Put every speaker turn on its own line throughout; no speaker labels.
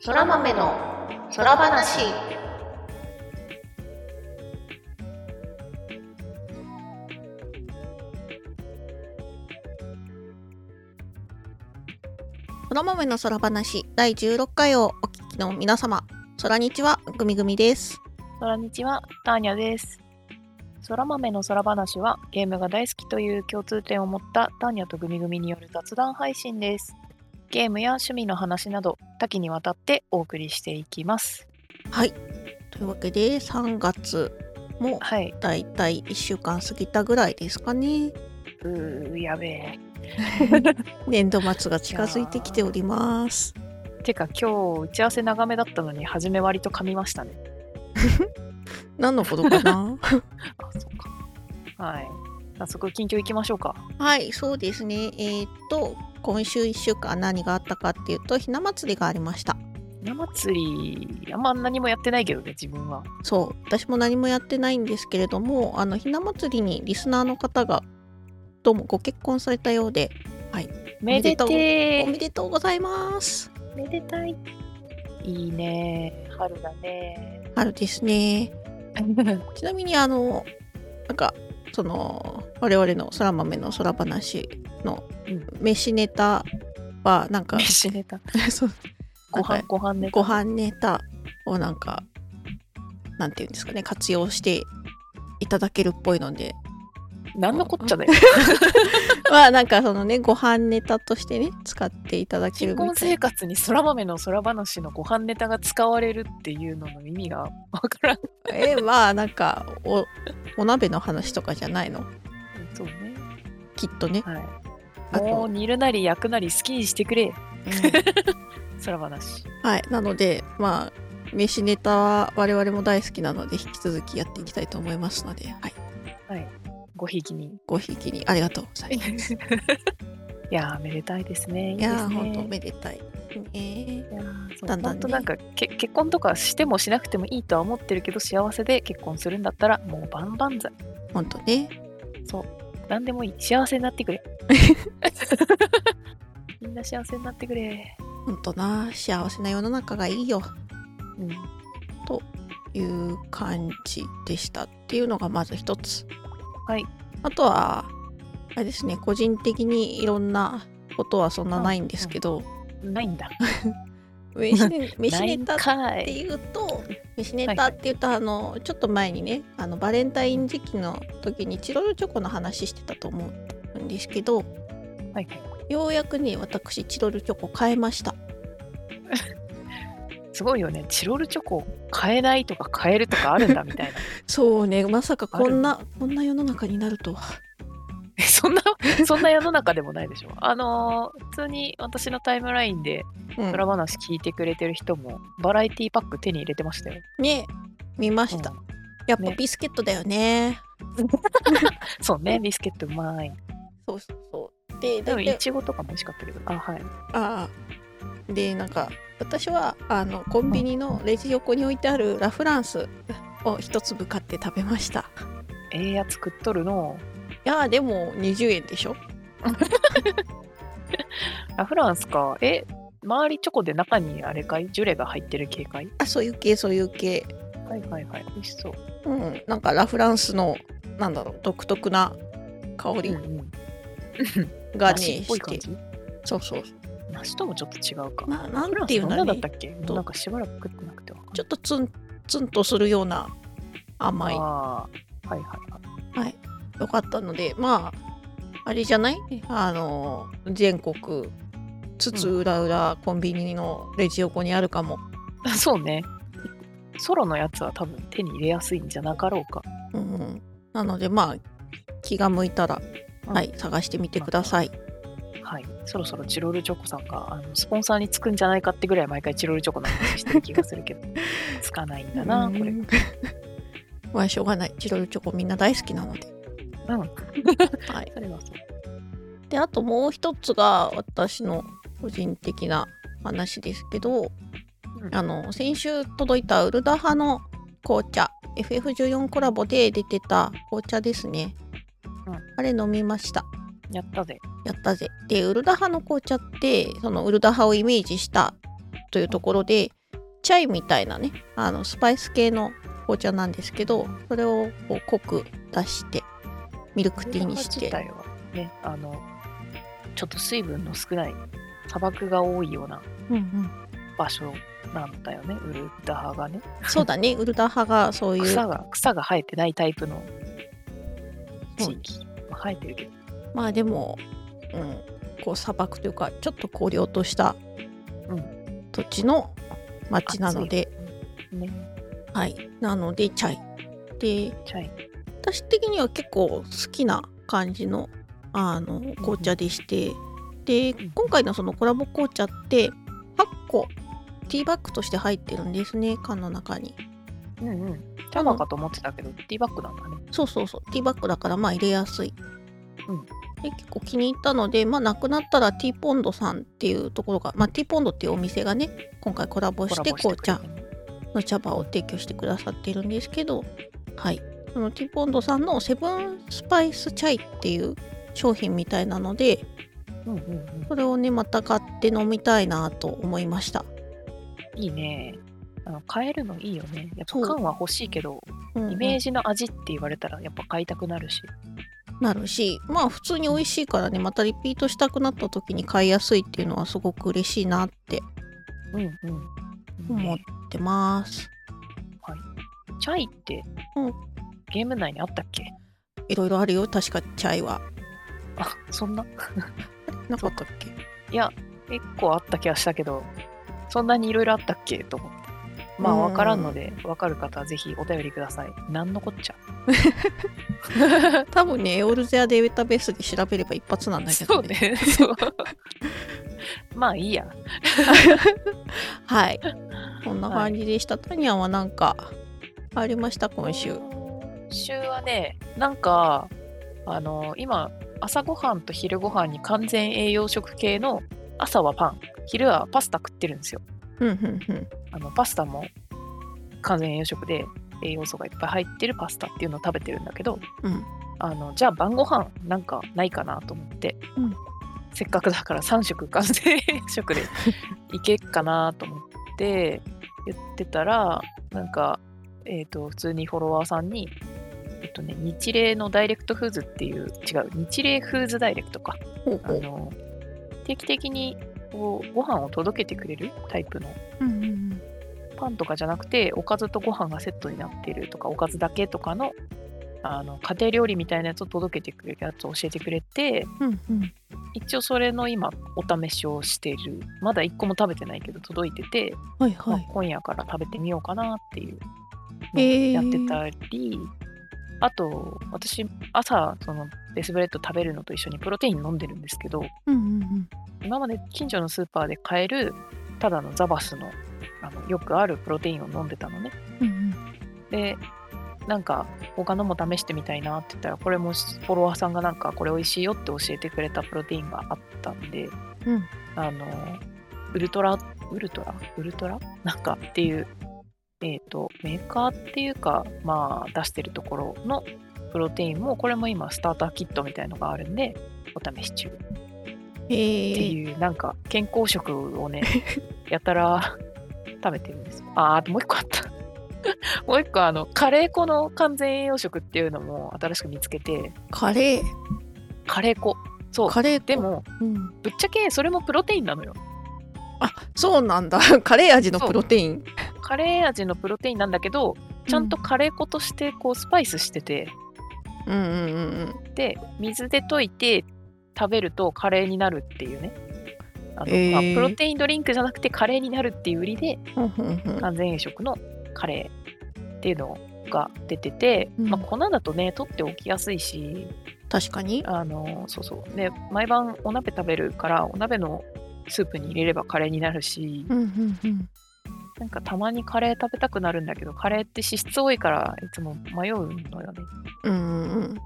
そら豆の空話
そら豆の空話第16回をお聞きの皆様、空日はぐみぐみです。
空日はターニャです。空豆の空話はゲームが大好きという共通点を持ったターニャとグミグミによる雑談配信です。ゲームや趣味の話など多岐にわたってお送りしていきます。
はい。というわけで、3月も
はい。
だいたい1週間過ぎたぐらいですかね。
うー、やべえ。
年度末が近づいてきております。
てか今日打ち合わせ長めだったのに初め割と噛みましたね。
何のことかな
あ、そうか。はい。早速近況行きましょうか。
はい、そうですね。えーっと、今週1週間何があったかっていうと、ひな祭りがありました。
ひな祭り、あんま何もやってないけどね、自分は。
そう私も何もやってないんですけれどもあのひな祭りにリスナーの方がどうもご結婚されたようでめ
め
で
で
とう
て
お
ー
めでとうございます
めでたい。いいねー。春だ ね
春ですね
ー。
ちなみにあのなんかその我々の空豆の空話の
うん
飯ネタはなんか
飯ネタ。
そう
ご
な
飯
んか
ご飯ネタ。
ご飯ネタをなんかなんていうんですかね活用していただけるっぽいので
何のこっちゃだよ。
まあなんかそのねご飯ネタとしてね使っていただけるみ
新
たいな
婚生活に空豆の空話のご飯ネタが使われるっていうのの意味がわからん。
えまあなんかおお鍋の話とかじゃないの
そうね。
きっとね、
はい。
あと
もう煮るなり焼くなり好きにしてくれ。
うん
空話。
はいなのでまあ飯ネタは我々も大好きなので引き続きやっていきたいと思いますので、はい、
ごひい きに。
ごひいきにありがとうございます
いやーめでたいですね。いい
い
で
や
す
ーほんと
ね。
めでたいね
いやーそう
だんだんね
本当なんかけ結婚とかしてもしなくてもいいとは思ってるけど幸せで結婚するんだったらもう万々歳
ほんとね
何でもいい幸せになっ てくれみんな幸せになってくれ、
ほんとな幸せな世の中がいいよ
うん、
いう感じでしたっていうのがまず一つ
はい
あとはあれですね個人的にいろんなことはそんなないんですけ ど、
ないんだ
飯ね飯
ない
ネ
ん
タっ
か
て
い
いうと飯ネタっていうとあのちょっと前にねあのバレンタイン時期の時にチロルチョコの話してたと思うんですけど
はい
ようやくね私チロルチョコ買えました
すごいよねチロルチョコ買えないとか買えるとかあるんだみたい な
そうねまさかこん
あ
なこんな世の中になるとは
えそんなそんな世の中でもないでしょあのー普通に私のタイムラインで
うん
裏話聞いてくれてる人もバラエティパック手に入れてましたよ、
ね見ました、
う
やっぱ
ね
ビスケットだよね
んそうねビスケットうまい
そうそうそうで
でも
大
い
体
ちごとかも美味しかったけどあはい
ああでなんか私はあのコンビニのレジ横に置いてあるラ・フランスを一粒買って食べました
ええやつ食っとるの
いやーでも20円でしょ
ラフランスか。え、周りチョコで中にあれかいジュレが入ってる系かい
あそういう系そういう系
はいはいはい。美味しそう。
うんなんかラ・フランスのなんだろう独特な香
うん
り
うん。
がね
梨っぽい
し
感
て
じ
そうそう
梨ともちょっと違うか。
ななんていう
ラフラ
の
ンスどんなだ
ね
ったっけ
と
なんかしばらく食ってなくてわかんない
ちょっとツンツンとするような甘い
あーはいはいはい。
はい、よかったのでまああれじゃないあの全国つつ裏裏コンビニのレジ横にあるかも、
そうね。ソロのやつは多分手に入れやすいんじゃなかろうか。
うんうんなのでまあ気が向いたら、
うん
はい、探してみてください
はい。そろそろチロルチョコさんがあのスポンサーにつくんじゃないかってぐらい毎回チロルチョコの話してる気がす るけど、つかないんだな、これ。
うん まあしょうがないチロルチョコみんな大好きなので、
うん。
はい、
それはそう。
であともう一つが私の個人的な話ですけど
うん
あの先週届いたウルダ派の紅茶 FF14 コラボで出てた紅茶ですね、
うん
あれ飲みました
やったぜ。
やったぜでウルダ派の紅茶ってそのウルダ派をイメージしたというところでチャイみたいなねあのスパイス系の紅茶なんですけどそれをこう濃く出してミルクティーにし
砂
て
漠自体はねあのちょっと水分の少ない砂漠が多いような
うんうん
場所なんだよねウルダハがね
そうだ ねウルダハがそういう
草が草が生えてないタイプの地域、まあ生えてるけど
まあでも、うん、こう砂漠というかちょっと荒涼とした
う
土地の町なので、
ね
はい、なのでチャイで
チャイ
私的には結構好きな感じのあの紅茶でしてで
ん
今回のそのコラボ紅茶って8個ティーバッグとして入ってるんですね缶の中に
うんうん茶葉かと思ってたけどティーバッグなんだね
そうそうそうティーバッグだからまあ入れやすい、
うん
で結構気に入ったのでまあなくなったらティーポンドさんっていうところがまあティーポンドっていうお店がね今回コラボして紅茶
コラボしてくれてね
の茶葉を提供してくださっているんですけどはいそのティーポンドさんのセブンスパイスチャイっていう商品みたいなので
うんうん
これをねまた買って飲みたいなと思いました
うんいいねあの買えるのいいよねやっ
そ
ぱ
う
缶は欲しいけどイメージの味って言われたらやっぱ買いたくなるし
なるしまあ普通に美味しいからねまたリピートしたくなった時に買いやすいっていうのはすごく嬉しいなって
うんうんいい
思っ
ね
てます
チャイって、
うん
ゲーム内にあったっけ
いろいろあるよ確かチャイは
あそんな
なかったっけ
いや結構あった気がしたけどそんなにいろいろあったっけと思ってまあ
うん
分からんので分かる方はぜひお便りください何のこっちゃ
多分ねエオルゼアデータベースで調べれば一発なんだけ
そ
ど
うね そうまあいいや
はい。こんな感じでした。タニアンはなんかありました今週。
今週はねなんかあの今朝ごはんと昼ごはんに完全栄養食系の朝はパン昼はパスタ食ってるんですよ
うんうんうん。
あのパスタも完全栄養食で栄養素がいっぱい入ってるパスタっていうのを食べてるんだけど、
うん
あのじゃあ晩ご飯なんかないかなと思って、
うん
せっかくだから3食完全栄養 食でいけっかなと思って言ってたらなんか、えー、と普通にフォロワーさんに、えっとね、日霊のダイレクトフーズっていう違う日霊フーズダイレクトか
ほう
あ
ほう。
の定期的にこうご飯を届けてくれるタイプの
うんうんうん。
パンとかじゃなくておかずとご飯がセットになってるとかおかずだけとかのあの家庭料理みたいなやつを届けてくれるやつを教えてくれて
うんうん。
一応それの今お試しをしてるまだ1個も食べてないけど届いてて、
はい
ま
は
あ
い。
今夜から食べてみようかなっていう
えー
やってたり、あと私朝そのベースブレッド食べるのと一緒にプロテイン飲んでるんですけど
うんうんうん。
今まで近所のスーパーで買えるただのザバスのあのよくあるプロテインを飲んでたのね。
うん
でなんか他のも試してみたいなって言ったらこれもフォロワーさんがなんかこれ美味しいよって教えてくれたプロテインがあったんで、
うん
あのウルトラウルトラウルトラ なんかっていう、えー、とメーカーっていうかまあ出してるところのプロテインもこれも今スターターキットみたいのがあるんでお試し中っ
え
て
ー、
いう、なんか健康食 をねやたら食べてるんですよあーあともう一個あった もう一個あのカレー粉の完全栄養食っていうのも新しく見つけて
カレー
カレー粉そう
カレー
で、も
うん、
ぶっちゃけそれもプロテインなのよ
あそうなんだ カレー味のプロテイン
カレー味のプロテインなんだけどちゃんとカレー粉としてこうスパイスしてて、
うんうんうん
で水で溶いて食べるとカレーになるっていうねあの、
へー
まあプロテインドリンクじゃなくてカレーになるっていう売りで
うんうんうん
完全栄養食のカレーっていうのが出てて、
うん
まあ、粉だとね取っておきやすいし
確かに
あのそうそうで毎晩お鍋食べるからお鍋のスープに入れればカレーになるし
うんうんうん
なんかたまにカレー食べたくなるんだけどカレーって脂質多いからいつも迷うのよね
うんうん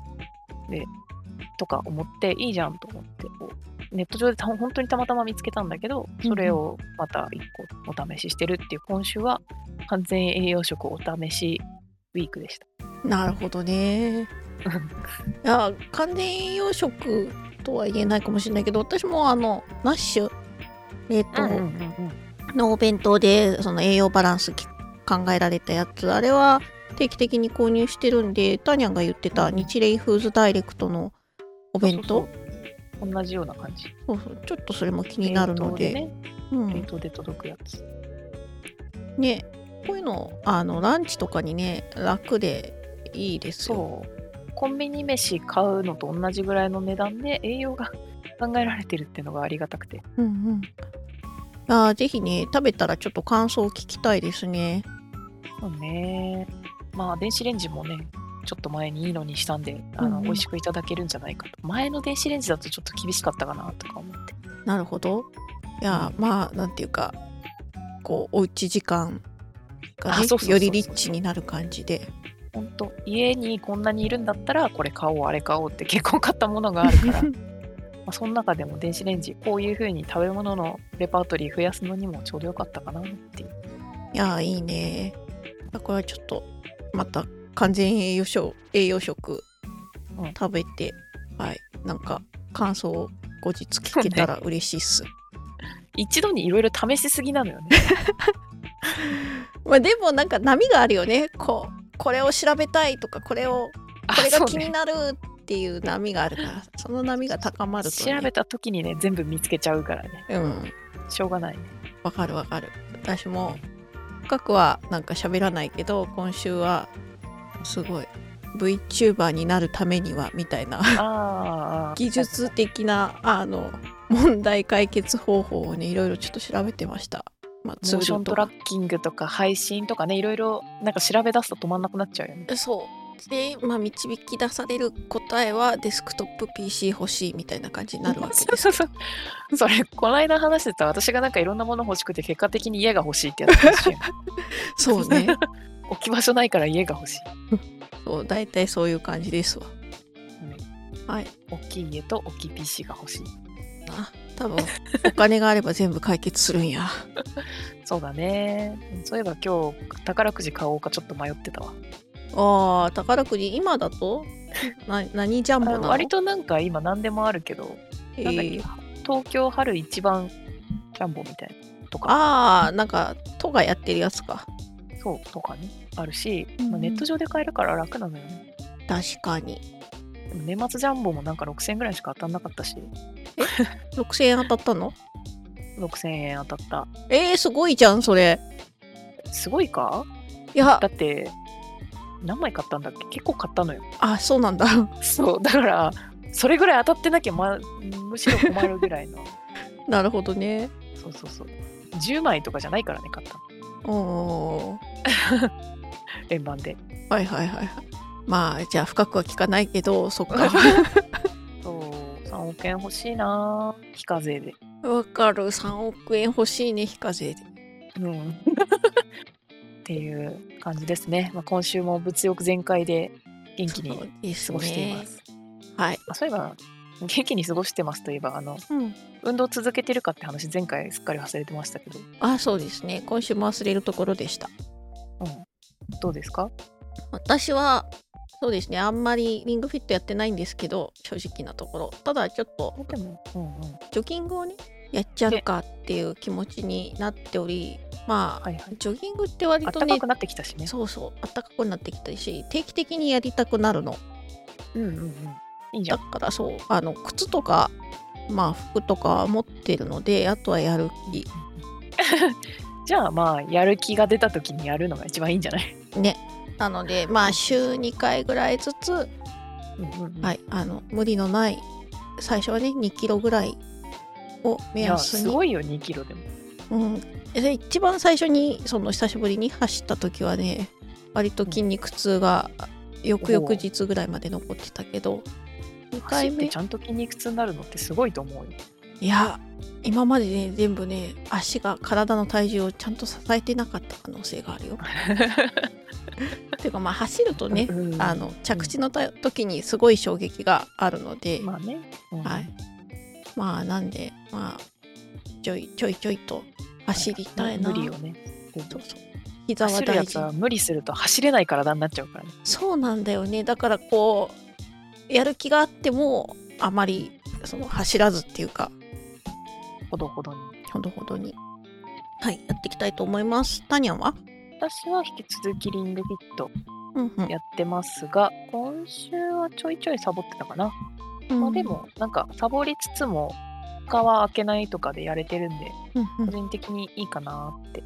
とか思っていいじゃんと思ってこうネット上でた本当にたまたま見つけたんだけどそれをまた一個お試ししてるっていう今週は完全栄養食お試しウィークでした。
なるほどねいや完全栄養食とは言えないかもしれないけど私もあのナッシュ冷凍、
うん
のお弁当でその栄養バランスき考えられたやつあれは定期的に購入してるんでタニャンが言ってた日霊フーズダイレクトのお弁
そう
当
そう同じような感じ
そうそうちょっとそれも気になるのでう
冷凍でね冷
ん、
凍で届くやつ
ねこういうのあのランチとかにね楽でいいですよ
そうコンビニ飯買うのと同じぐらいの値段で栄養が考えられてるっていうのがありがたくて
うんうんあーぜひね食べたらちょっと感想を聞きたいですね
そうねまあ電子レンジもねちょっと前にいいのにしたんであの、
うん
美味しくいただけるんじゃないかと前の電子レンジだとちょっと厳しかったかなとか思って
なるほどいやーまあなんていうかこうおうち時間が
あ
ね
そうそうそうそう
よりリッチになる感じ で
ほんと家にこんなにいるんだったらこれ買おうあれ買おうって結構買ったものがあるからまあその中でも電子レンジこういう風に食べ物のレパートリー増やすのにもちょうどよかったかなっていう
いやーいいねこれはちょっとまた完全栄養食栄養食
うん
食べて、はいなんか感想を後日聞けたら嬉しいっ す、
一度にいろいろ試しすぎなのよね
まあでもなんか波があるよねこうこれを調べたいとかこれを
あ
これが
そう
気に
ね
なるっていう波がある からその波が高まると、ね、
調べた時にね全部見つけちゃうからね
うん
しょうがないね
わかるわかる私も深くはなんか喋らないけど今週はすごい VTuber になるためにはみたい な
あーあー
技術的なあの問題解決方法をねいろいろちょっと調べてました、まあ、
モーショントラ
か
ッキングとか配信とかねいろいろなんか調べ出すと止まんなくなっちゃうよね
そうで、まあ、導き出される答えはデスクトップ PC 欲しいみたいな感じになるわけです
そうそうそうそれこの間話してた私がなんかいろんなもの欲しくて結果的に家が欲しいってやつですよ
そう ね
置き場所ないから家が欲しい、
そう大体そういう感じですわはい
大きい家と大きい PC が欲しい
あ多分お金があれば全部解決するん や
そうだねそういえば今日宝くじ買おうかちょっと迷ってたわ
あー宝くじ今だとな何ジャンボな
あ
の
割となんか今何でもあるけど
え
なんだっけ
ー
東京春一番ジャンボみたいなとか
あーなんか都がやってるやつか
そうとかねあるし、
うん
まあネット上で買えるから楽なのよね
確かに
でも年末ジャンボもなんか6000円ぐらいしか当たんなかったし
6000円当たったの
6000円当たった
えー、すごいじゃんそれ
すごいか
いや
だって何枚買ったんだっけ結構買ったのよ
あそうなんだ
そうだからそれぐらい当たってなきゃ、ま、むしろ困る ぐらいの
なるほどね
そうそうそう10枚とかじゃないからね買ったの
おー
円盤で
はいはいはいはいまあじゃあ深くは聞かないけどそっ か
そう3億円欲しいなぁ非課税で
わかる3億円欲しいね非課税で
うん っていう感じですね、まあ、今週も物欲全開で元気に過
過
ごしています
はい、
あそういえば元気に過ごしてますといえばあの
うん、
運動続けてるかって話前回すっかり忘れてましたけど、
あそうですね今週も忘れるところでした
うん、どうですか
私はそうですねあんまりリングフィットやってないんですけど正直なところただちょっと
でも、うんうん、
ジョギングをねやっちゃうかっていう気持ちになっておりまあ
はいはい
ジョギングって割と
暖
ね
かくなってきたしね
そうそうあったかくなってきたし定期的にやりたくなるの
うんうんうんいいんじゃ
だ
ん
からそうあの靴とかまあ服とか持ってるのであとはやる気
じゃあまあやる気が出た時にやるのが一番いいんじゃない、、
ねなのでまあ週2回ぐらいずつはいい、あの無理のない最初はね2キロぐらいを目
いや
安
す
に、
ごいよ2キロでも
うん、で一番最初にその久しぶりに走った時はね割と筋肉痛が翌々日ぐらいまで残ってたけど2
走
回
っ
目
てちゃんと筋肉痛になるのってすごいと思うよ
いや今までね全部ね足が体の体重をちゃんと支えてなかった可能性があ るよ。ていうかまあ走るとね、
うん
あの着地のた時にすごい衝撃があるので、
まあね、うん
はい。まあなんでまあちょいちょいちょいと走りたいな。
無理よね
そうそう膝は
走るや
大
つ
事。
は無理すると走れない体になっちゃうからね
そうなんだよね。だからこうやる気があってもあまりその走らずっていうか
ほどほどに
ほどほどに。はい、やっていきたいと思います。タニャンは
私は引き続きリングフィット
うんうん
やってますが、今週はちょいちょいサボってたかな。まあで、も、なんかサボりつつも、他は開けないとかでやれてるんで、
うんうん
個人的にいいかなって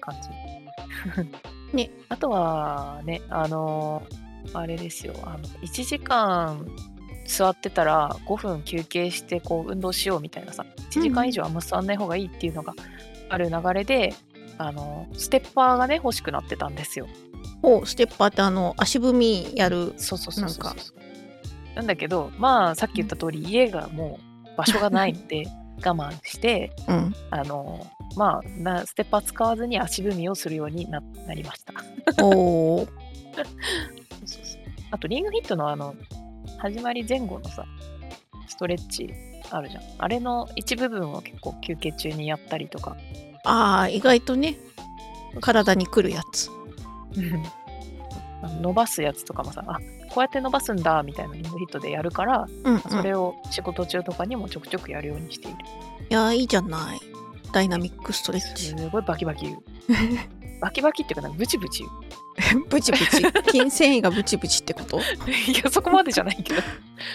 感じ。
ね、
あとはね、あのーあれですよ、あの1時間座ってたら5分休憩してこう運動しようみたいなさ、1時間以上あんま座んない方がいいっていうのがある流れで、あのーステッパーがね、欲しくなってたんですよ。
おステッパーってあの足踏みやる
そうそうそうそう
なんか
なんだけど、まあさっき言った通り、家がもう場所がないの で、我慢して、
うん
あのまあなステッパー使わずに足踏みをするようにななりました。
おー
あとリングフィットのあの始まり前後のさストレッチあるじゃん。あれの一部分を結構休憩中にやったりとか。
あー意外とね体にくるやつ
あの伸ばすやつとかもさあこうやって伸ばすんだみたいなリングフィットでやるから
うん、うん、
それを仕事中とかにもちょくちょくやるようにしている
いやーいいじゃないダイナミックストレッチ
すごいバキバキ言うバキバキっていうかなんかブチブチ言う
ブチブチ筋繊維がブチブチってこと
いや、そこまでじゃないけど。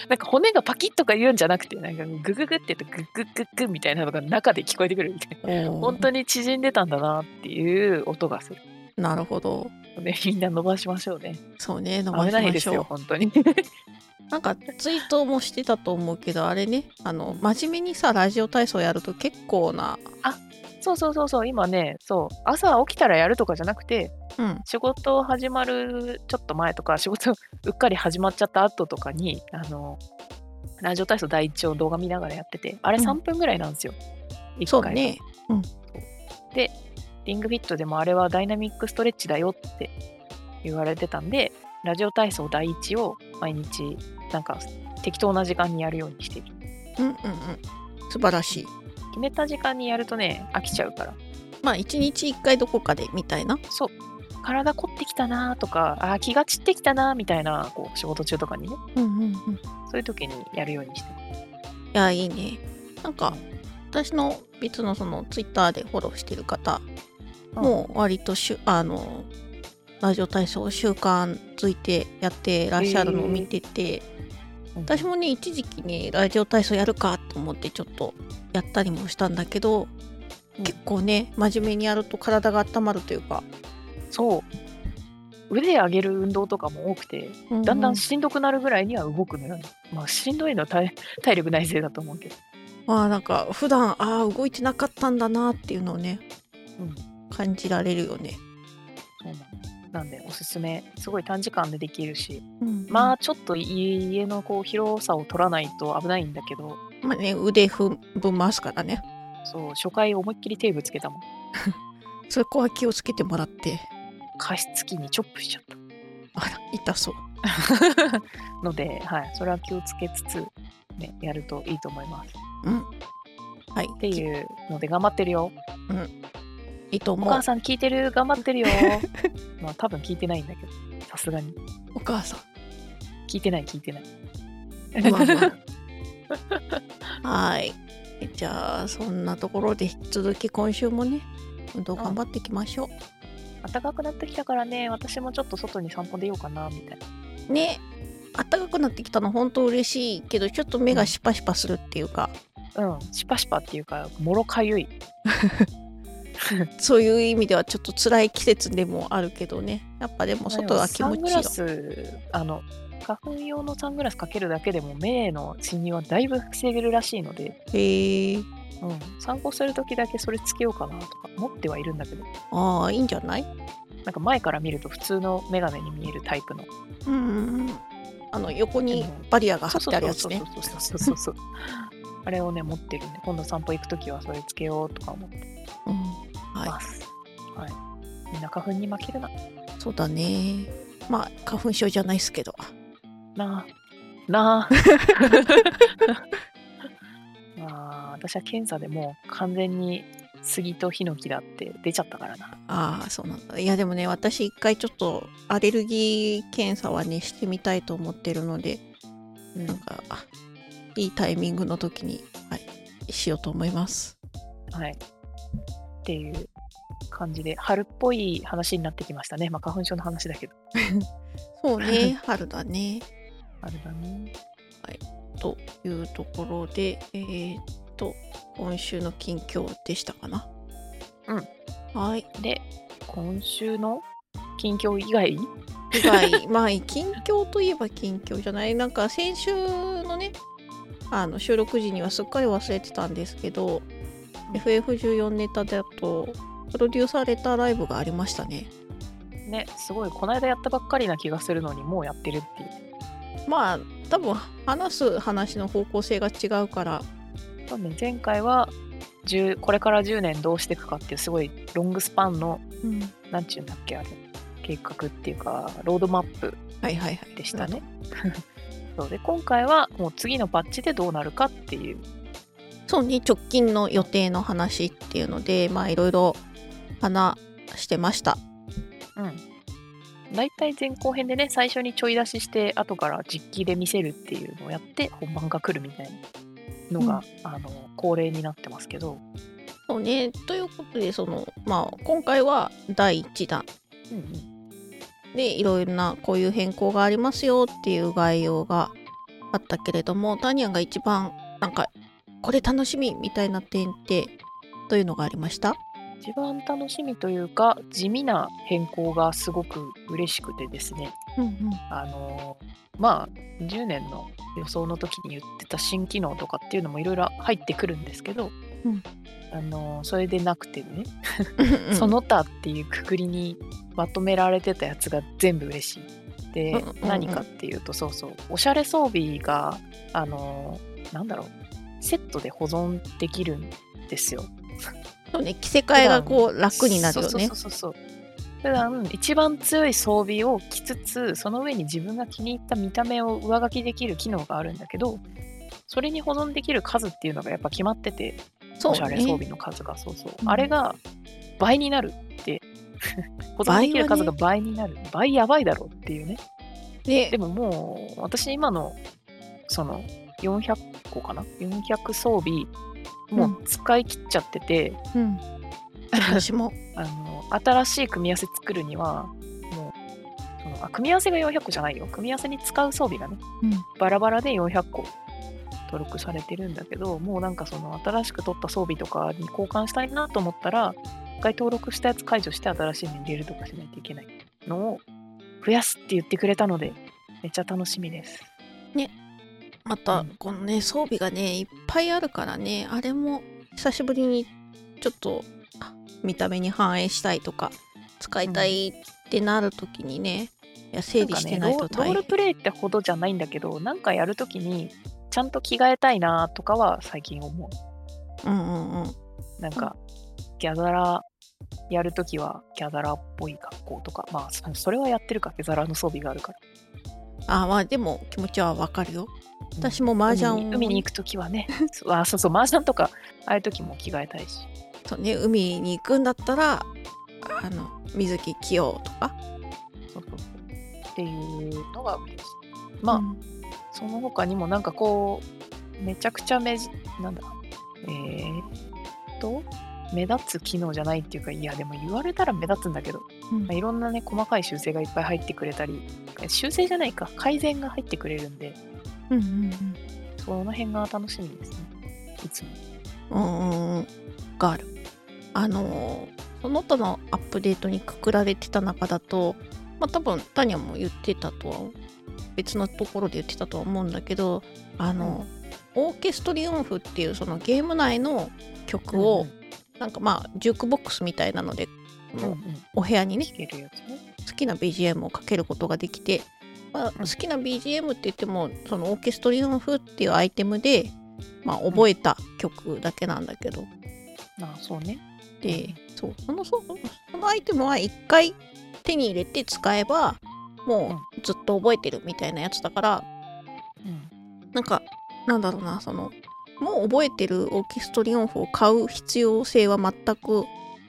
なんか骨がパキッとか言うんじゃなくて、なんかグググって言うとグッグッグッグッみたいなのが中で聞こえてくるみたいな。本
本
当に縮んでたんだなっていう音がする。
なるほど
ね、みんな伸ばしましょうね。
そうね伸ば
危
し
ない
ま
で
し
す
ょ
よ、
う
本当に。
なんかツイートもしてたと思うけどあれねあの真面目にさラジオ体操やると結構な
そうそうそうそう、今ね、そう、朝起きたらやるとかじゃなくて、
うん
仕事始まるちょっと前とか、仕事うっかり始まっちゃった後とかに、あの、ラジオ体操第一を動画見ながらやってて、あれ
うん
3分ぐらいなんですよ。一
そう
回
ね
リングフィットでもあれはダイナミックストレッチだよって言われてたんで、ラジオ体操第一を毎日、なんか適当な時間にやるようにしてる。
うんうんうん素晴らしい
決めた時間にやるとね、飽きちゃうから。
まあ一日一回どこかでみたいな
そう。体凝ってきたなとか、あー気が散ってきたなみたいな、こう仕事中とかにね、
うんうんうん
そういう時にやるようにしてる。
いやいいねなんか私の別のそのツイッターでフォローしてる方
うん
もう割としゅあのラジオ体操を習慣づいてやってらっしゃるのを見てて、私もね一時期ねラジオ体操やるかと思ってちょっとやったりもしたんだけど、
うん
結構ね真面目にやると体が温まるというか、
そう。腕上げる運動とかも多くて、だんだんしんどくなるぐらいには動くのよ、ね。まあ、しんどいのは体体力ないせいだと思うけど。
まあなんか普段ああ動いてなかったんだなっていうのをね、
うん
感じられるよね。
そうなのなんでおすすめすごい短時間でできるし
うん
まあちょっと家のこう広さを取らないと危ないんだけど
まあね腕ふんぶん回すからね
そう初回思いっきりテープつけたもん
そこは気をつけてもらって
加湿器にチョップしちゃった
あら痛そう
ので、はい、それは気をつけつつ、ね、やるといいと思いますっ
うんはい
て
う
いうので頑張ってるよ
いいと思
お
う
母さん聞いてる頑張ってるよ まあ多分聞いてないんだけどさすがに
お母さん
聞いてない聞いてない
まあ まあはいじゃあそんなところで引き続き今週もね運動頑張っていきましょ
暖かくなってきたからね私もちょっと外に散歩出ようかなみたいな
うね暖かくなってきたの本当嬉しいけどちょっと目がシパシパするっていうか、
うんシパシパっていうかもろかゆい
そういう意味ではちょっと辛い季節でもあるけどねやっぱでも
まあで
外
も
は気持ちいい
サ
よ
ングラスあの花粉用のサングラスかけるだけでも目への侵入はだいぶ防げるらしいので、
へえ
うん、散歩する時だけそれつけようかなとか持ってはいるんだけど
ああいいんじゃない
なんか前から見ると普通の眼鏡に見えるタイプの
うんうんうんあの横に
でも
バリアが張
そう
っ
そ
てあ
う
る
そ
や
う
つ
そう
ね。
そうそうそうあれをね持ってるんで今度散歩行く時はそれつけようとか思って
うんは、
ます、はいみんな花粉に負けるない
そうだね。まあ花粉症じゃないですけど。
なあなあ まあ私は検査でもう完全に杉とヒノキだって出ちゃったからな
ああそうなんだ。いやでもね私一回ちょっとアレルギー検査はねしてみたいと思ってるので、
うん
なんかあいいタイミングの時にはいしようと思います。
はいっていう感じで春っぽい話になってきましたね、まあ、花粉症の話だけど
そうね春だね
あれだね
というところでえーっと今週の近況でしたかな
うん
はい
で今週の近況以外
以外 まあ近況といえば近況じゃないなんか先週のねあの収録時にはすっかり忘れてたんですけど、FF14 ネタだとプロデューサーレターライブがありましたね
ねすごいこの間やったばっかりな気がするのにもうやってるっていう
まあ多分話す話の方向性が違うから
そうね前回は10これから10年どうしていくかっていうすごいロングスパンのなんちゅうんだっけあれ計画っていうかロードマップ
はいはいはい
でしたね。 そうで今回はもう次のパッチでどうなるかっていう
そうね直近の予定の話っていうのでまあいろいろ話してました
うん、大体前後編でね最初にちょい出しして後から実機で見せるっていうのをやって本番が来るみたいなのが、あの恒例になってますけど、
そうねということでそのまあ今回は第1弾
うんうん
でいろいろなこういう変更がありますよっていう概要があったけれどもタニアンが一番なんかこれ楽しみみたいな点ってどういうのがありました
一番楽しみというか地味な変更がすごく嬉しくてですね
うんうん
あのまあ10年の予想の時に言ってた新機能とかっていうのもいろいろ入ってくるんですけど、
うん
あのそれでなくてね、
うんうん
その他っていうくくりにまとめられてたやつが全部嬉しい。で、
うんうんうん
何かっていうとそうそうおしゃれ装備があのなんだろうセットで保存できるんですよ。
そうね着せ替えがこう楽になるよね
そうそうそうそう普段一番強い装備を着つつその上に自分が気に入った見た目を上書きできる機能があるんだけどそれに保存できる数っていうのがやっぱ決まってて
そう
おしゃれ
ね
装備の数がそうそう、
うん
あれが倍になるって 保存できる数が倍になる、倍やばいだろうっていうね
ね
でももう私今のその400個かな400装備もう使い切っちゃってて、
うん、私も
あの新しい組み合わせ作るにはもうそのあ組み合わせが400個じゃないよ組み合わせに使う装備がね、
うん
バラバラで400個登録されてるんだけどもうなんかその新しく取った装備とかに交換したいなと思ったら一回登録したやつ解除して新しいのに入れるとかしないといけないのを増やすって言ってくれたのでめっちゃ楽しみです。
またこのね装備がねいっぱいあるからねあれも久しぶりにちょっとあ見た目に反映したいとか使いたいってなるときにね、いや整
なん
理
か
して
ね
ないと
ローロ
大
ー
変
ルプレイってほどじゃないんだけどなんかやるときにちゃんと着替えたいなとかは最近思う。
うんうんうん
なんか、ギャザラやるときはギャザラっぽい格好とか、まあそ、それはやってるか、ギャザラの装備があるから。
あまあでも気持ちはわかるよ
うん
私も麻雀を
海に海に行くときはね、 そうあそうそう、麻雀とか、ああいうときも着替えたいし。
そうね海に行くんだったらあの水着着ようとか
そうそうそうっていうのが嬉しい。まあ、
うん
その他にもなんかこう、めちゃくちゃめじ、なんだ、えー、っと、目立つ機能じゃないっていうか、いや、でも言われたら目立つんだけど、
うん
まあ、いろんなね細かい修正がいっぱい入ってくれたり修正じゃないか改善が入ってくれるんで
うんうん
その辺が楽しみですねいつも
うんうんうんがあるあのーその他のアップデートにくくられてた中だとまあ多分タニアも言ってたとは別のところで言ってたとは思うんだけどあの、オーケストリオンフっていうそのゲーム内の曲を、なんかまあジュークボックスみたいなので、
うんうんうん
お部屋にね
弾けるやつね
好きな BGM をかけることができて、まあ、好きな BGM って言ってもそのオーケストリオン風っていうアイテムで、まあ、覚えた曲だけなんだけど、
ああそうね
でそうそのそうそのアイテムは1回手に入れて使えばもうずっと覚えてるみたいなやつだから
うん
なんかなんだろうなそのもう覚えてるオーケストリオン風を買う必要性は全く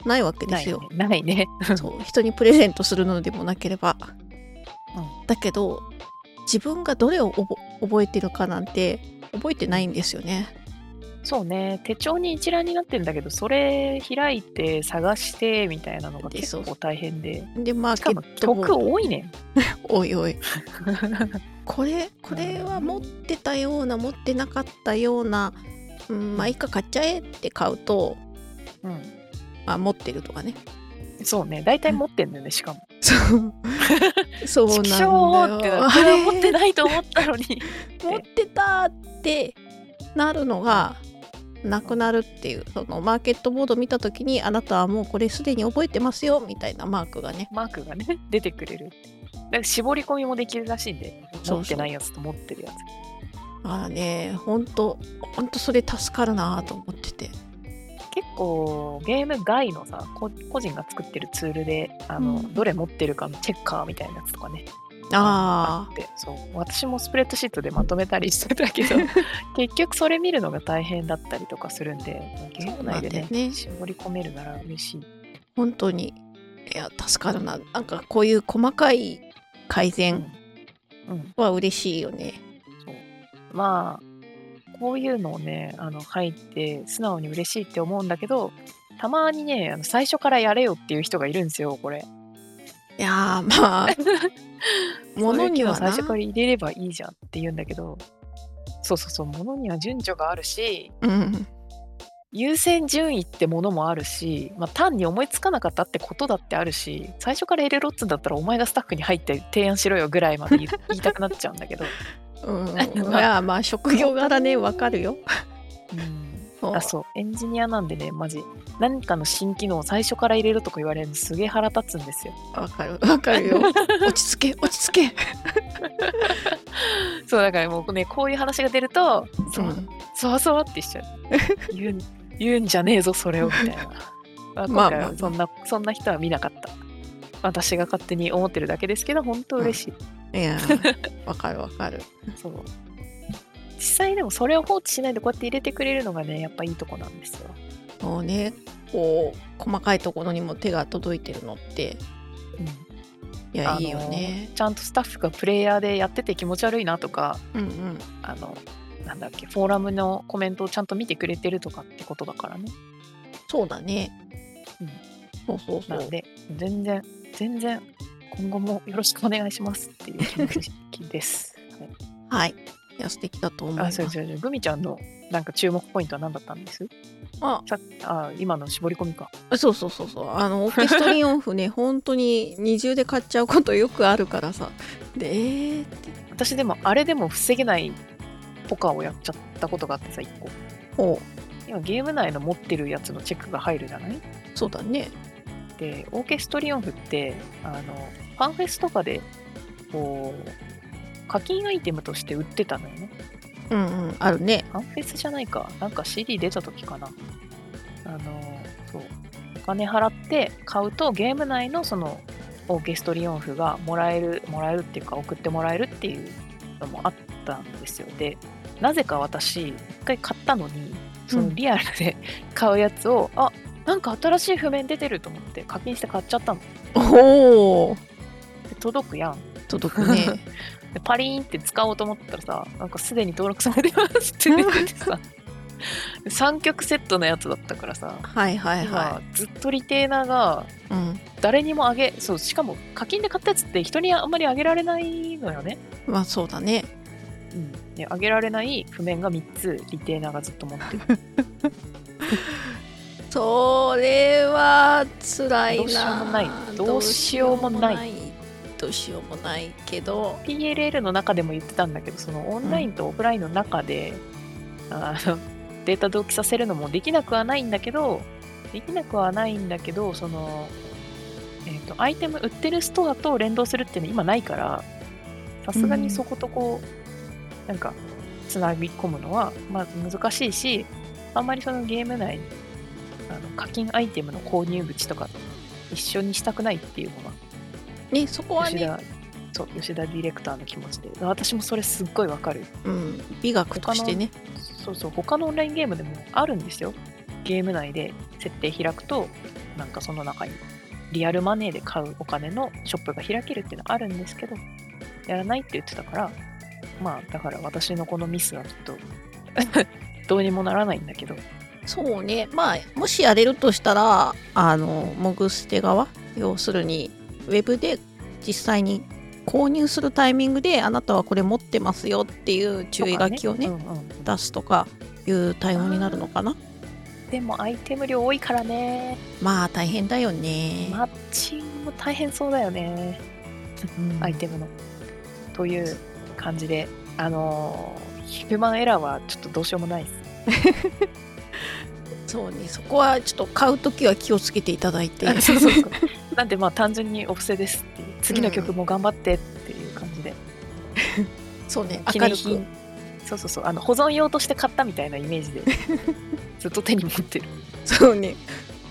ないわけで
ない
す
ね
よ。
ないね
そう人にプレゼントするのでもなければ、
う
だけど自分がどれを覚覚えてるかなんて覚えてないんですよね
そうね手帳に一覧になってるんだけどそれ開いて探してみたいなのが
で
結
そう
構大変で
でマ
し
ー
か
ケ
も
ット
曲
も
多いね
おいおいこれこれは持ってたような持ってなかったような、うん、まあいいか買っちゃえって買うと、
うん
まあ、持ってると かね
そうね大体持ってんだよねしかも
そうそうなん
ちく
だ
しょうって
よ
なっ
あ
てあ
れ
れ持ってないと思ったのに
持ってたってなるのがなくなるっていうそのマーケットボード見た時にあなたはもうこれすでに覚えてますよみたいなマークがね
マークがね 出てくれるだから絞り込みもできるらしいんで
そうそう
持ってないやつと持ってるやつ
ああねほんとほんとそれ助かるなと思ってて
結構ゲーム外のさこ個人が作ってるツールであの、
うん
どれ持ってるかのチェッカーみたいなやつとかね
あ
でそう私もスプレッドシートでまとめたりしてたけ ど結局それ見るのが大変だったりとかするんでゲー
そう
ム内でね
なんだよね
絞り込めるなら嬉しい
あ本当にいや助かるななんかこういう細かい改善
うん
は嬉しいよね
まあこういうのをねあの入って素直に嬉しいって思うんだけどたまにねあの最初からやれよっていう人がいるんですよこれ
いやーまあ 物には
そう
な
いう機能最初から入れればいいじゃんって言うんだけどそうそうそう物には順序があるし
うん
優先順位ってものもあるし、まあ、単に思いつかなかったってことだってあるし最初から入れろっつうんだったらお前がスタッフに入って提案しろよぐらいまで言い言いたくなっちゃうん だけど、
うん、いやまあ職業柄ねわかる よ。そう
あそうエンジニアなんでねマジ何かの新機能を最初から入れるとか言われるのすげえ腹立つんですよ
わかるわかるよ。落ち着け落ち着け。
そうだからもうねこういう話が出るとそうわ
ん
そわそわってしちゃう 言うん言うんじゃねえぞそれをみたいな、 ま
まあ
あ、今回
ま
は
あ
そんなそんな人は見なかった私が勝手に思ってるだけですけど本当嬉しい、
いやーわかるわかる。
そう実際でもそれを放置しないでこうやって入れてくれるのがねやっぱいいとこなんですよ
もうねこう細かいところにも手が届いてるのっていや
あの
いいよね。
ちゃんとスタッフがプレイヤーでやってて気持ち悪いなとか
うんうん。
あのなんだっけフォーラムのコメントをちゃんと見てくれてるとかってことだからね
そうだね
う
そ
ん。
うそうそ
な
う
の。で全然全然今後もよろしくお願いしますっていう気持ちです、は
は
い
い。いや素敵だと思いま
あ
す。
そうそうそうグミちゃんのなんか注目ポイントは何だったんです
あ
さあ今の絞り込みか
そうそうそうそうあのオーケストリオンフね 本当に二重で買っちゃうことよくあるからさでえーって
私でもあれでも防げないポカーをやっちゃったことがあってさ1個
ほ
今ゲーム内の持ってるやつのチェックが入るじゃないう
そうだね
でオーケストリオンフってあのファンフェスとかでこう課金アイテムとして売ってたのよね
うんうんあるね
ファンフェスじゃないかなんか CD 出た時かなあのそうお金払って買うとゲーム内のそのオーケストリオンフがもらえるもらえるっていうか送ってもらえるっていうのもあったんですよでなぜか私一回買ったのにそのリアルで買うやつを、あなんか新しい譜面出てると思って課金して買っちゃったの
おお
で届くやん
届く ね
でパリーンって使おうと思ったらさなんかすでに登録されて ますって出ててさ3曲セットのやつだったからさ
はいはいは
今ずっとリテーナーが
い、うん、
誰にもあげそうしかも課金で買ったやつって人にあんまりあげられないのよね,、
まあそうだね
うん、ねあげられない譜面が3つリテーナーがずっと持ってる
それは辛いな
どうしようもない
どうしようもないけど
PLL の中でも言ってたんだけどそのオンラインとオフラインの中で、あのデータ同期させるのもできなくはないんだけどできなくはないんだけどその、えー、とアイテム売ってるストアと連動するっていうの今ないからさすがにそことこう、なんかつなぎ込むのは、まあ、難しいしあんまりそのゲーム内あの課金アイテムの購入口とか一緒にしたくないっていうのが
ねそこは
吉
ね、
田そう吉田ディレクターの気持ちで私もそれすっごいわかる
うん、美学としてね
そうそう他のオンラインゲームでもあるんですよゲーム内で設定開くとなんかその中にリアルマネーで買うお金のショップが開けるっていうのあるんですけどやらないって言ってたからまあだから私のこのミスはちょっと どうにもならないんだけど
そうねまあもしやれるとしたらあのモグステ側要するにウェブで実際に購入するタイミングであなたはこれ持ってますよっていう注意書きをね
とかうんうん
出すとかいう対応になるのかな
でもアイテム量多いからね
まあ大変だよね、
マッチングも大変そうだよね
うん
アイテムの。という感じであのーヒューマンエラーはちょっとどうしようもないです。
そうねそこはちょっと買う時は気をつけていただいて
そうそうそうなんでまあ単純にお布施ですっていう次の曲も頑張ってっていう感じで、
そうね
記
明
念
るく
品そうそうそうあの保存用として買ったみたいなイメージで ずっと手に持ってる
そうね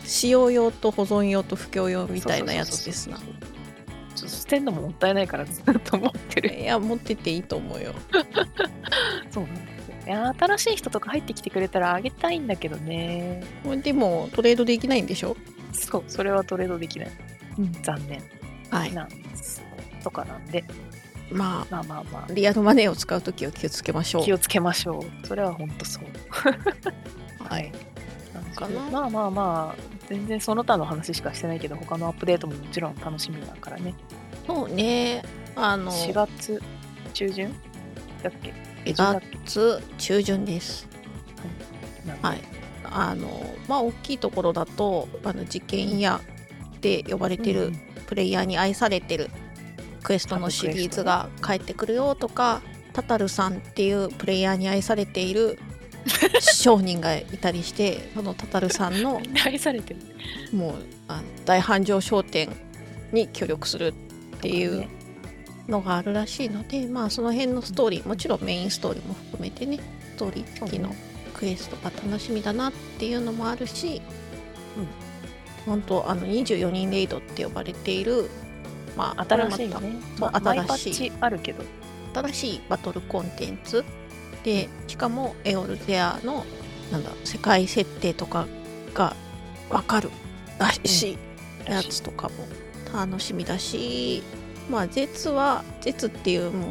使用用と保存用と不況用みたいなやつですな
そうそうそうそうちょっと捨てんのももったいないからずっと持って る
いや持ってていいと思うよ
そうなんですよいや新しい人とか入ってきてくれたらあげたいんだけどね
でもトレードできないんでしょ
そうそれはトレードできない、残念
はい
なんですとかなんで
ま
まあまあま
あリアルマネーを使う時は気をつけまし
あ
ょ
気
う
をつけましょうそれは本当そう
はい
なんです
か
けど
な
まあまあまあ全然その他の話しかしてないけど他のアップデートももちろん楽しみだからね
そうねあの
4
4
月中旬だっけ下旬だっ
月中旬です
けなんか
はいあのまあ大きいところだとあの事件屋で呼ばれて
う
る
ん
プレイヤーに愛されてるクエストのシリーズが帰ってくるよとかタタルさんっていうプレイヤーに愛されてい る商人がいたりしてそのタタルさんの
みんな愛されてるっ
もうあの大繁盛商店に協力するっていうのがあるらしいのでまあその辺のストーリーもちろんメインストーリーも含めてねストーリー付きのクエストが楽しみだなっていうのもあるし、
うん
本当あの24人レイドって呼ばれている、まあ、
新しい
これま
ね
そう
まマイパ
新し
ッチあるけど
た新しいバトルコンテンツでしかもエオルゼアのなんだ世界設定とかが分かるらしい。やつとかも楽しみだしまあ「絶」は「絶」っていうもう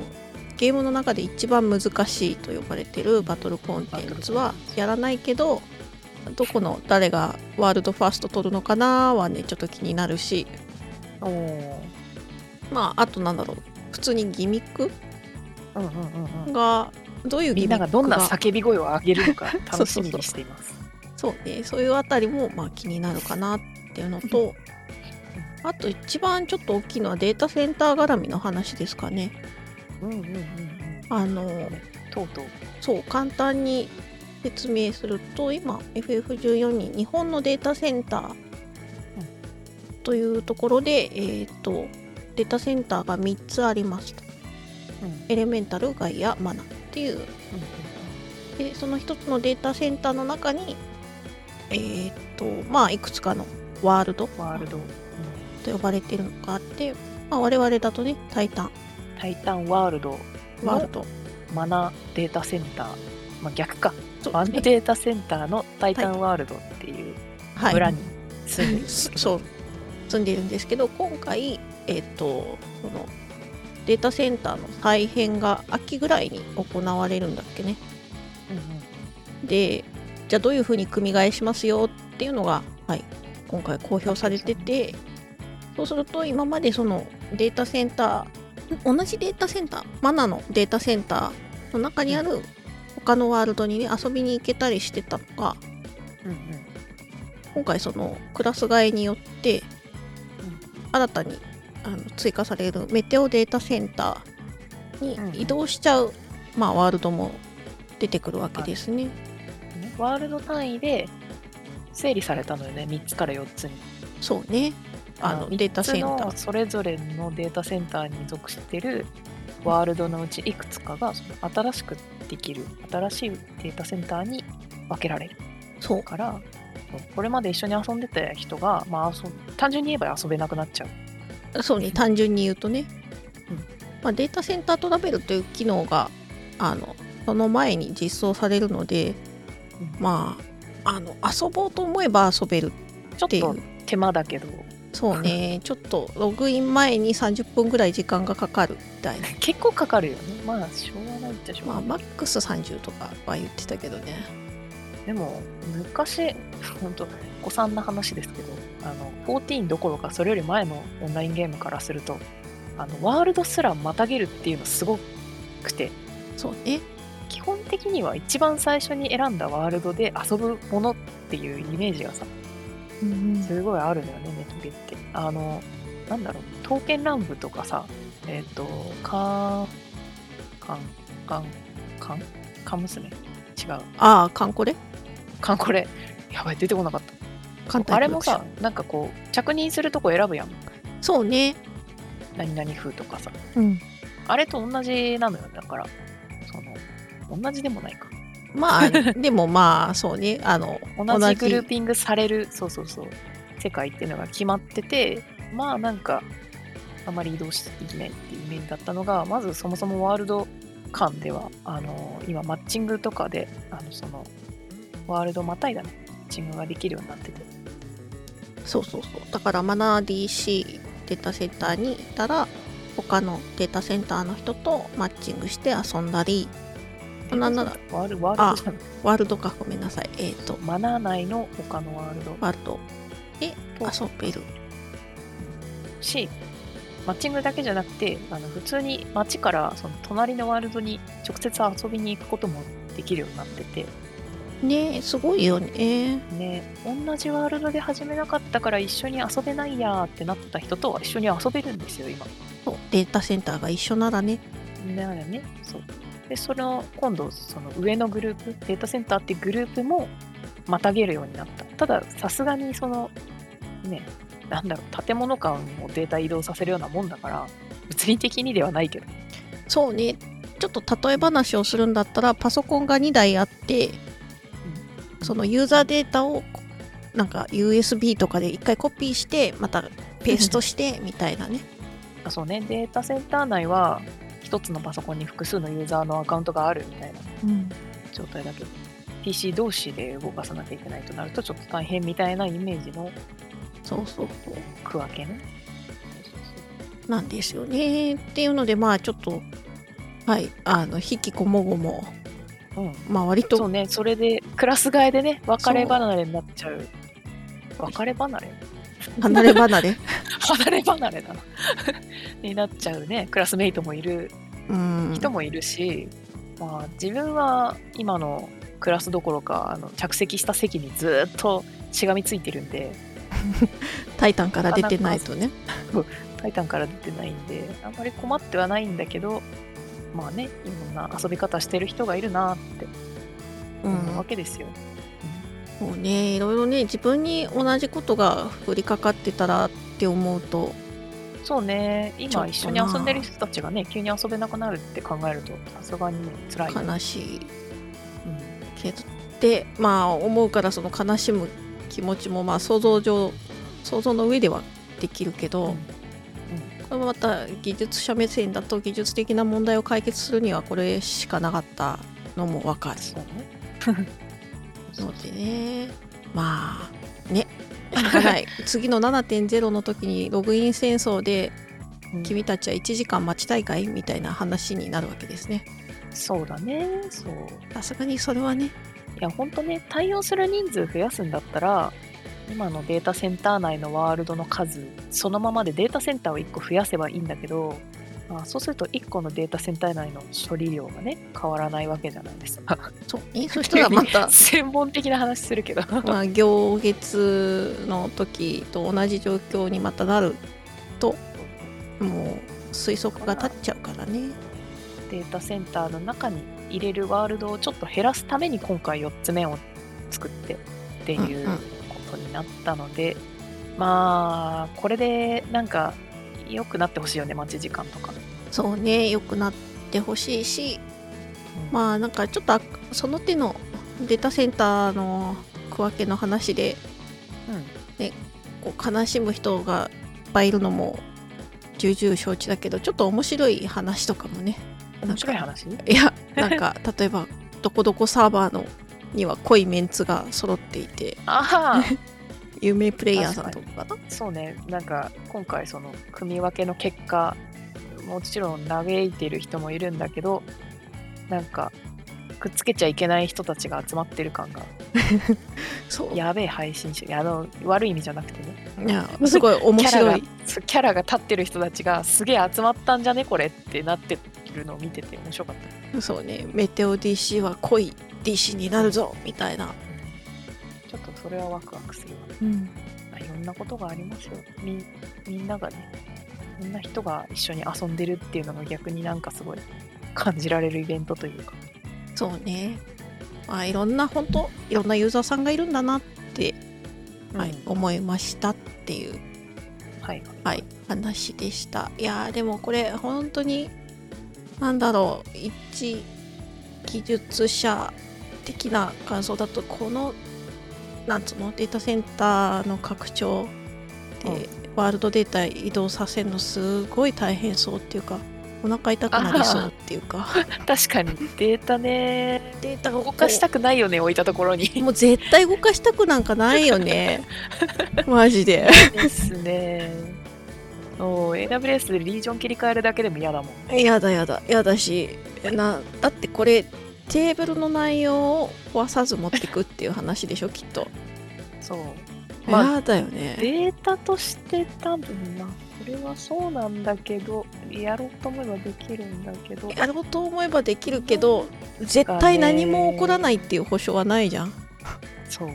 ゲームの中で一番難しいと呼ばれてるバトルコンテンツはやらないけどどこの誰がワールドファースト取るのかなはねちょっと気になるし
おお
まああとなんだろう普通にギミック
うんうんうんうん
がどういう
み
ギ
ん
ミ
な
ック
が
が
どんな叫び声を上げるのか楽しみにしています
そうねそういうあたりもまあ気になるかなっていうのとあと一番ちょっと大きいのはデータセンター絡みの話ですかね。
うんうんうんうん
あの
とうとう
そう簡単に説明すると今 FF14 に日本のデータセンターというところで、えー、とデータセンターが3つありますと
うんうん
エレメンタルガイアマナっていうでその1つのデータセンターの中にえー、とまあいくつかのワールド
うんワールド
と呼ばれてるのがあって、まあ、我々だとねタイタン
タイタンワールド
ワ
の
ールド
マナデータセンター、まあ、逆か
そう
マナデータセンターのタイタンワールドっていう
はい
村に住んでるんで
す
すけど、
そう住んでいるんですけど今回、えっとそのデータセンターの再編が秋ぐらいに行われるんだっけね
うん
でじゃあどういうふうに組み替えしますよっていうのが、はい、今回公表されててそうすると今までそのデータセンター同じデータセンターマナのデータセンターの中にある他のワールドにね遊びに行けたりしてたのが
うんうんうん
今回そのクラス替えによって、
うん
新たにあの追加されるメテオデータセンターに移動しちゃう、まあ、ワールドも出てくるわけですね。
ねワールド単位で整理されたのよね3つから4つに
そうねあのデータセンタ
3つの
ー
それぞれのデータセンターに属してるワールドのうちいくつかがその新しくできる新しいデータセンターに分けられる
そう
からそうこれまで一緒に遊んでた人が、まあ、遊ん単純に言えば遊べなくなっちゃう
そうね単純に言うとね、
うん
まあ、データセンタートラベルという機能があのその前に実装されるので、
うん
まああの遊ぼうと思えば遊べる
ちょ
ってい
っ
う
と手間だけど
そう ね、ちょっとログイン前に30分ぐらい時間がかかるみたいな。
結構かかるよねまあしょうがないっちゃしょう
ま
が
あ、
ない、
マックス30とかは言ってたけどね。
でも昔 本当誤算な話ですけどあの14どころかそれより前のオンラインゲームからするとあのワールドすらまたげるっていうのすごくて
そうね
基本的には一番最初に選んだワールドで遊ぶものっていうイメージがさすごいあるんだよねネトゲってあのなんだろう刀剣乱舞とかさえっ、とカーカンカンカンカン娘違う
ああカンコレ
カンコレやばい出てこなかった
カンタイ
あれ
プロ
も
ダクション
さなんかこう着任するとこ選ぶやん
そうね
何々風とかさ
うん
あれと同じなのよだからその同じでもないか
まあでもまあそうねあの
同じグルーピングされるそうそうそう世界っていうのが決まっててまあなんかあまり移動していけないっていうイメージだったのがまずそもそもワールド間ではあの今マッチングとかであのそのワールドまたいだねマッチングができるようになってて
そうそうそうだからマナー DC データセンターにいたら他のデータセンターの人とマッチングして遊んだりあなんなら
ワールワールドじゃない
ワールドかごめんなさいえっ、と
マナー内の他のワールド
ワールドで遊べる
しマッチングだけじゃなくてあの普通に街からその隣のワールドに直接遊びに行くこともできるようになってて
ねすごいよね
ね同じワールドで始めなかったから一緒に遊べないやーってなった人とは一緒に遊べるんですよ今。
そうデータセンターが一緒ならね
なるねそうでその今度その上のグループデータセンターってグループもまたげるようになったたださすがにそのねなんだろう建物間をデータ移動させるようなもんだから物理的にではないけど
そうねちょっと例え話をするんだったらパソコンが2台あってそのユーザーデータをなんか USB とかで1回コピーしてまたペーストしてみたいなね
あそうねデータセンター内は一つのパソコンに複数のユーザーのアカウントがあるみたいな状態だけど PC 同士で動かさなきゃいけないとなるとちょっと大変みたいなイメージの
そうそうそう
区分けね
なんですよね。っていうのでまあちょっとはいあの引きこもごも
うん
まあ割
そう
と
ねそれでクラス替えでね別れ離れになっちゃう別れ離れ
離れ離 れ
離れ離れだな になっちゃうねクラスメイトもいる
うん
人もいるし、まあ、自分は今のクラスどころかあの着席した席にずっとしがみついてるんで
「タイタン」から出てないとね
「タイタン」から出てないんであんまり困ってはないんだけどまあねいろんな遊び方してる人がいるなって
う
思うわ
ん
けですよ。
もうねいろいろね自分に同じことが降りかかってたらって思うと
そうね今一
ちょっと
緒に
な
遊んでる人たちがね急に遊べなくなるって考えるとさすがに辛いよ、
悲しい
うん
けどってまあ思うからその悲しむ気持ちもまあ想像上想像の上ではできるけど、
うんうん
これもまた技術者目線だと技術的な問題を解決するにはこれしかなかったのもわかる
そうねそう
のでねまあねしょうがない 次の7.0の時にログイン戦争で
うん
君たちは1時間待ちたいかいみたいな話になるわけですね
そうだねそう
さすがにそれはね
いや本当ね対応する人数増やすんだったら今のデータセンター内のワールドの数そのままでデータセンターを1個増やせばいいんだけど、まあ、そうすると1個のデータセンター内の処理量がね変わらないわけじゃないです か
そうえそしたらまた
専門的な話するけど
まあ、行月の時と同じ状況にまたなるともう推測が立っちゃうからね
データセンターの中に入れるワールドをちょっと減らすために今回4つ目を作ってっていう
うんうん
ことになったので、まあこれでなんか良くなってほしいよね待ち時間とか。
そうね良くなってほしいし
うん
まあなんかちょっとあその手のデータセンターの区分けの話で
うん
こう悲しむ人がいっぱいいるのも重々承知だけどちょっと面白い話とかもね
面白い話
いやなんか例えばどこどこサーバーのには濃いメンツが揃っていて
ああ
有名プレイヤーさんとかかな
そうねなんか今回その組み分けの結果もちろん嘆いてる人もいるんだけどなんかくっつけちゃいけない人たちが集まってる感が
そうい
やべえ配信者いやあの悪い意味じゃなくてね
やすごい面白い
キャラがそうキャラが立ってる人たちがすげえ集まったんじゃねこれってなってるのを見てて面白かった
そうねメテオ DC は濃い DC になるぞみたいな、
ちょっとそれはワクワクするわ
うん、
まあいろんなことがありますよみみんながねみんな人が一緒に遊んでるっていうのが逆になんかすごい感じられるイベントというか
そうねまあいろんな本当いろんなユーザーさんがいるんだなって、はい
うん
思いましたっていう
はい
はい、話でした。いやーでもこれ本当に何だろう一技術者的な感想だとこのなんつうのデータセンターの拡張で、
うん
ワールドデータ移動させるのすごい大変そうっていうかお腹痛くなりそうっていう か
確かにデータね
データが
動かしたくないよね置いたところに
もう絶対動かしたくなんかないよ ねマジで。
です ねおー AWS でリージョン切り替えるだけでも嫌だもん
やだやだやだしなだってこれテーブルの内容を壊さず持ってくっていう話 でしょきっと、
そうまあ
やだよね
データとして多分なそれはそうなんだけどやろうと思えばできるんだけど
やろうと思えばできるけど絶対何も起こらないっていう保証はないじゃん
そう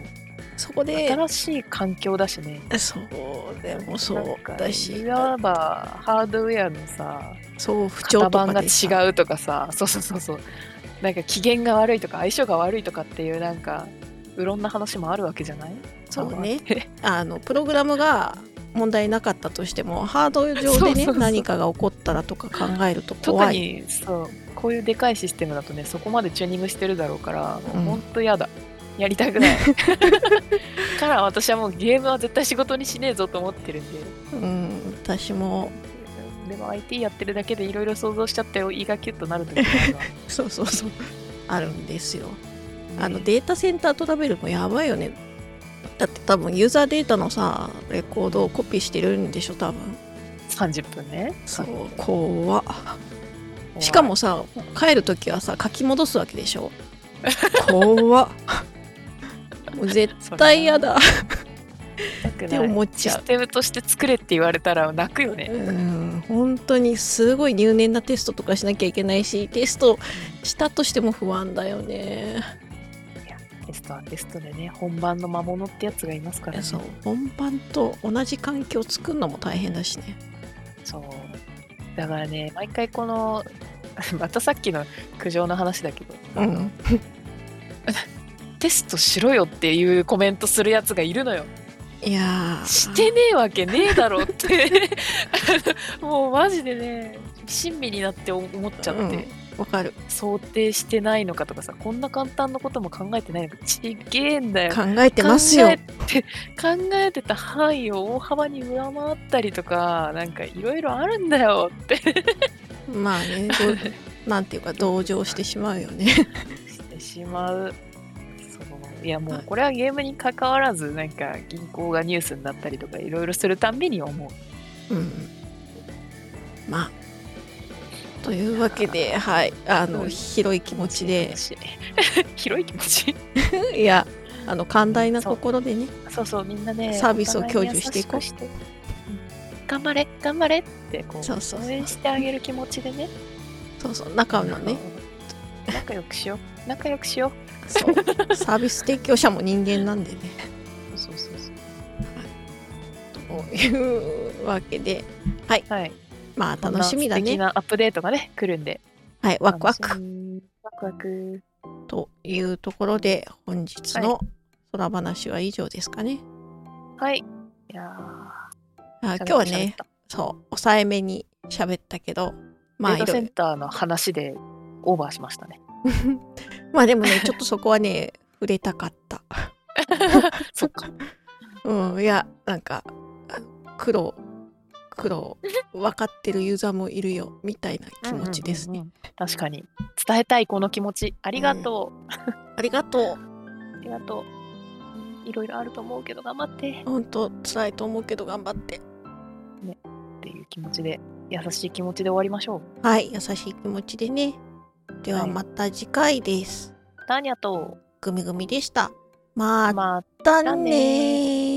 そこで
新しい環境だしね
そうでもそ
なん
う
か
だし
いわばハードウェアのさ
そう不調
型
と
番
か
が
でさ
違うとかさそうそうそうそうなんか機嫌が悪いとか相性が悪いとかっていうなんかうろんな話もあるわけじゃない
そうねあのプログラムが問題なかったとしてもハード上で
そうそ
ね
うそう
何かが起こったらとか考えると
特
怖い
にそうこういうでかいシステムだとねそこまでチューニングしてるだろうからもう
うん
ほんとやだ、やりた くないから私はもうゲームは絶対仕事にしねえぞと思ってるんで
うん私も
でも IT やってるだけでいろいろ想像しちゃって胃がキュッとなるときが ある
そうそうそうあるんですよ
わ
あのデータセンタートラベルもやばいよねだって多分ユーザーデータのさレコードをコピーしてるんでしょ多分
30分ね
そう
はい
怖っしかもさ帰る時はさ書き戻すわけでしょ怖っもう絶対嫌 だ
なくない
って思っちゃう
システムとして作れって言われたら泣くよね。
うん本当にすごい入念なテストとかしなきゃいけないしテストしたとしても不安だよね
テストはテストでね、本番の魔物ってやつがいますからね。
そう本番と同じ環境作るのも大変だしね
そうだからね、毎回この、 またさっきの苦情の話だけど、あのテストしろよっていうコメントするやつがいるのよ。
いやー
してねえわけねえだろって。 あのもうマジでね、親身になって思っちゃって。
うんわかる
想定してないのかとかさこんな簡単なことも考えてないのかちげえんだよ
考えてますよ
考えて考えてた範囲を大幅に上回ったりとかなんかいろいろあるんだよって
まあ ねどなんていうか同情してしまうよね
してしまうそういやもうこれはゲームに関わらずなんか銀行がニュースになったりとかいろいろするたんびに思う
うんまあというわけではいあの、
うん
広い気持ちで
広い気持ち
いやあの寛大な心でね
そうそうみんなね
サービスを享受していこう
お互に優しくしてうん頑張れ頑張れってこ
そうそう
う
そう
応援してあげる気持ちでね
そうそう仲のね
うん。仲良くしよう。仲良くしよ
そうサービス提供者も人間なんでね
う。そうそうそう。
というわけで
はい。
まあ楽しみだ
こんな素敵
ね
なアップデートがね、来るんで。
はいワクワク
楽しみ。ワクワク。
というところで本日の空話は以上ですかね、
はい。いや
あ
ー
今日は。
喋っ
ね
た喋っ
そう抑えめに喋ったけど
た
まあい
デー
ろ
タセ
いろ
ンターの話でオーバーし ましたね。
まあでもねちょっとそこはね触れたかった
そっか。
うんいやなんかあ苦労苦労分かってるユーザーもいるよみたいな気持ちですね、
うんうんうんうん。確かに。伝えたいこの気持ち。ありがと
ありがとう
う。ありがとう。いろいろあると思うけど頑張ってっ
本当辛いと思うけど頑張って
ていう気持ちで優しい気持ちで終わりましょう。
はい優しい気持ちでねではまた次回です、ターニャと
グミグミでした。ま
まあ
た
ね
ねー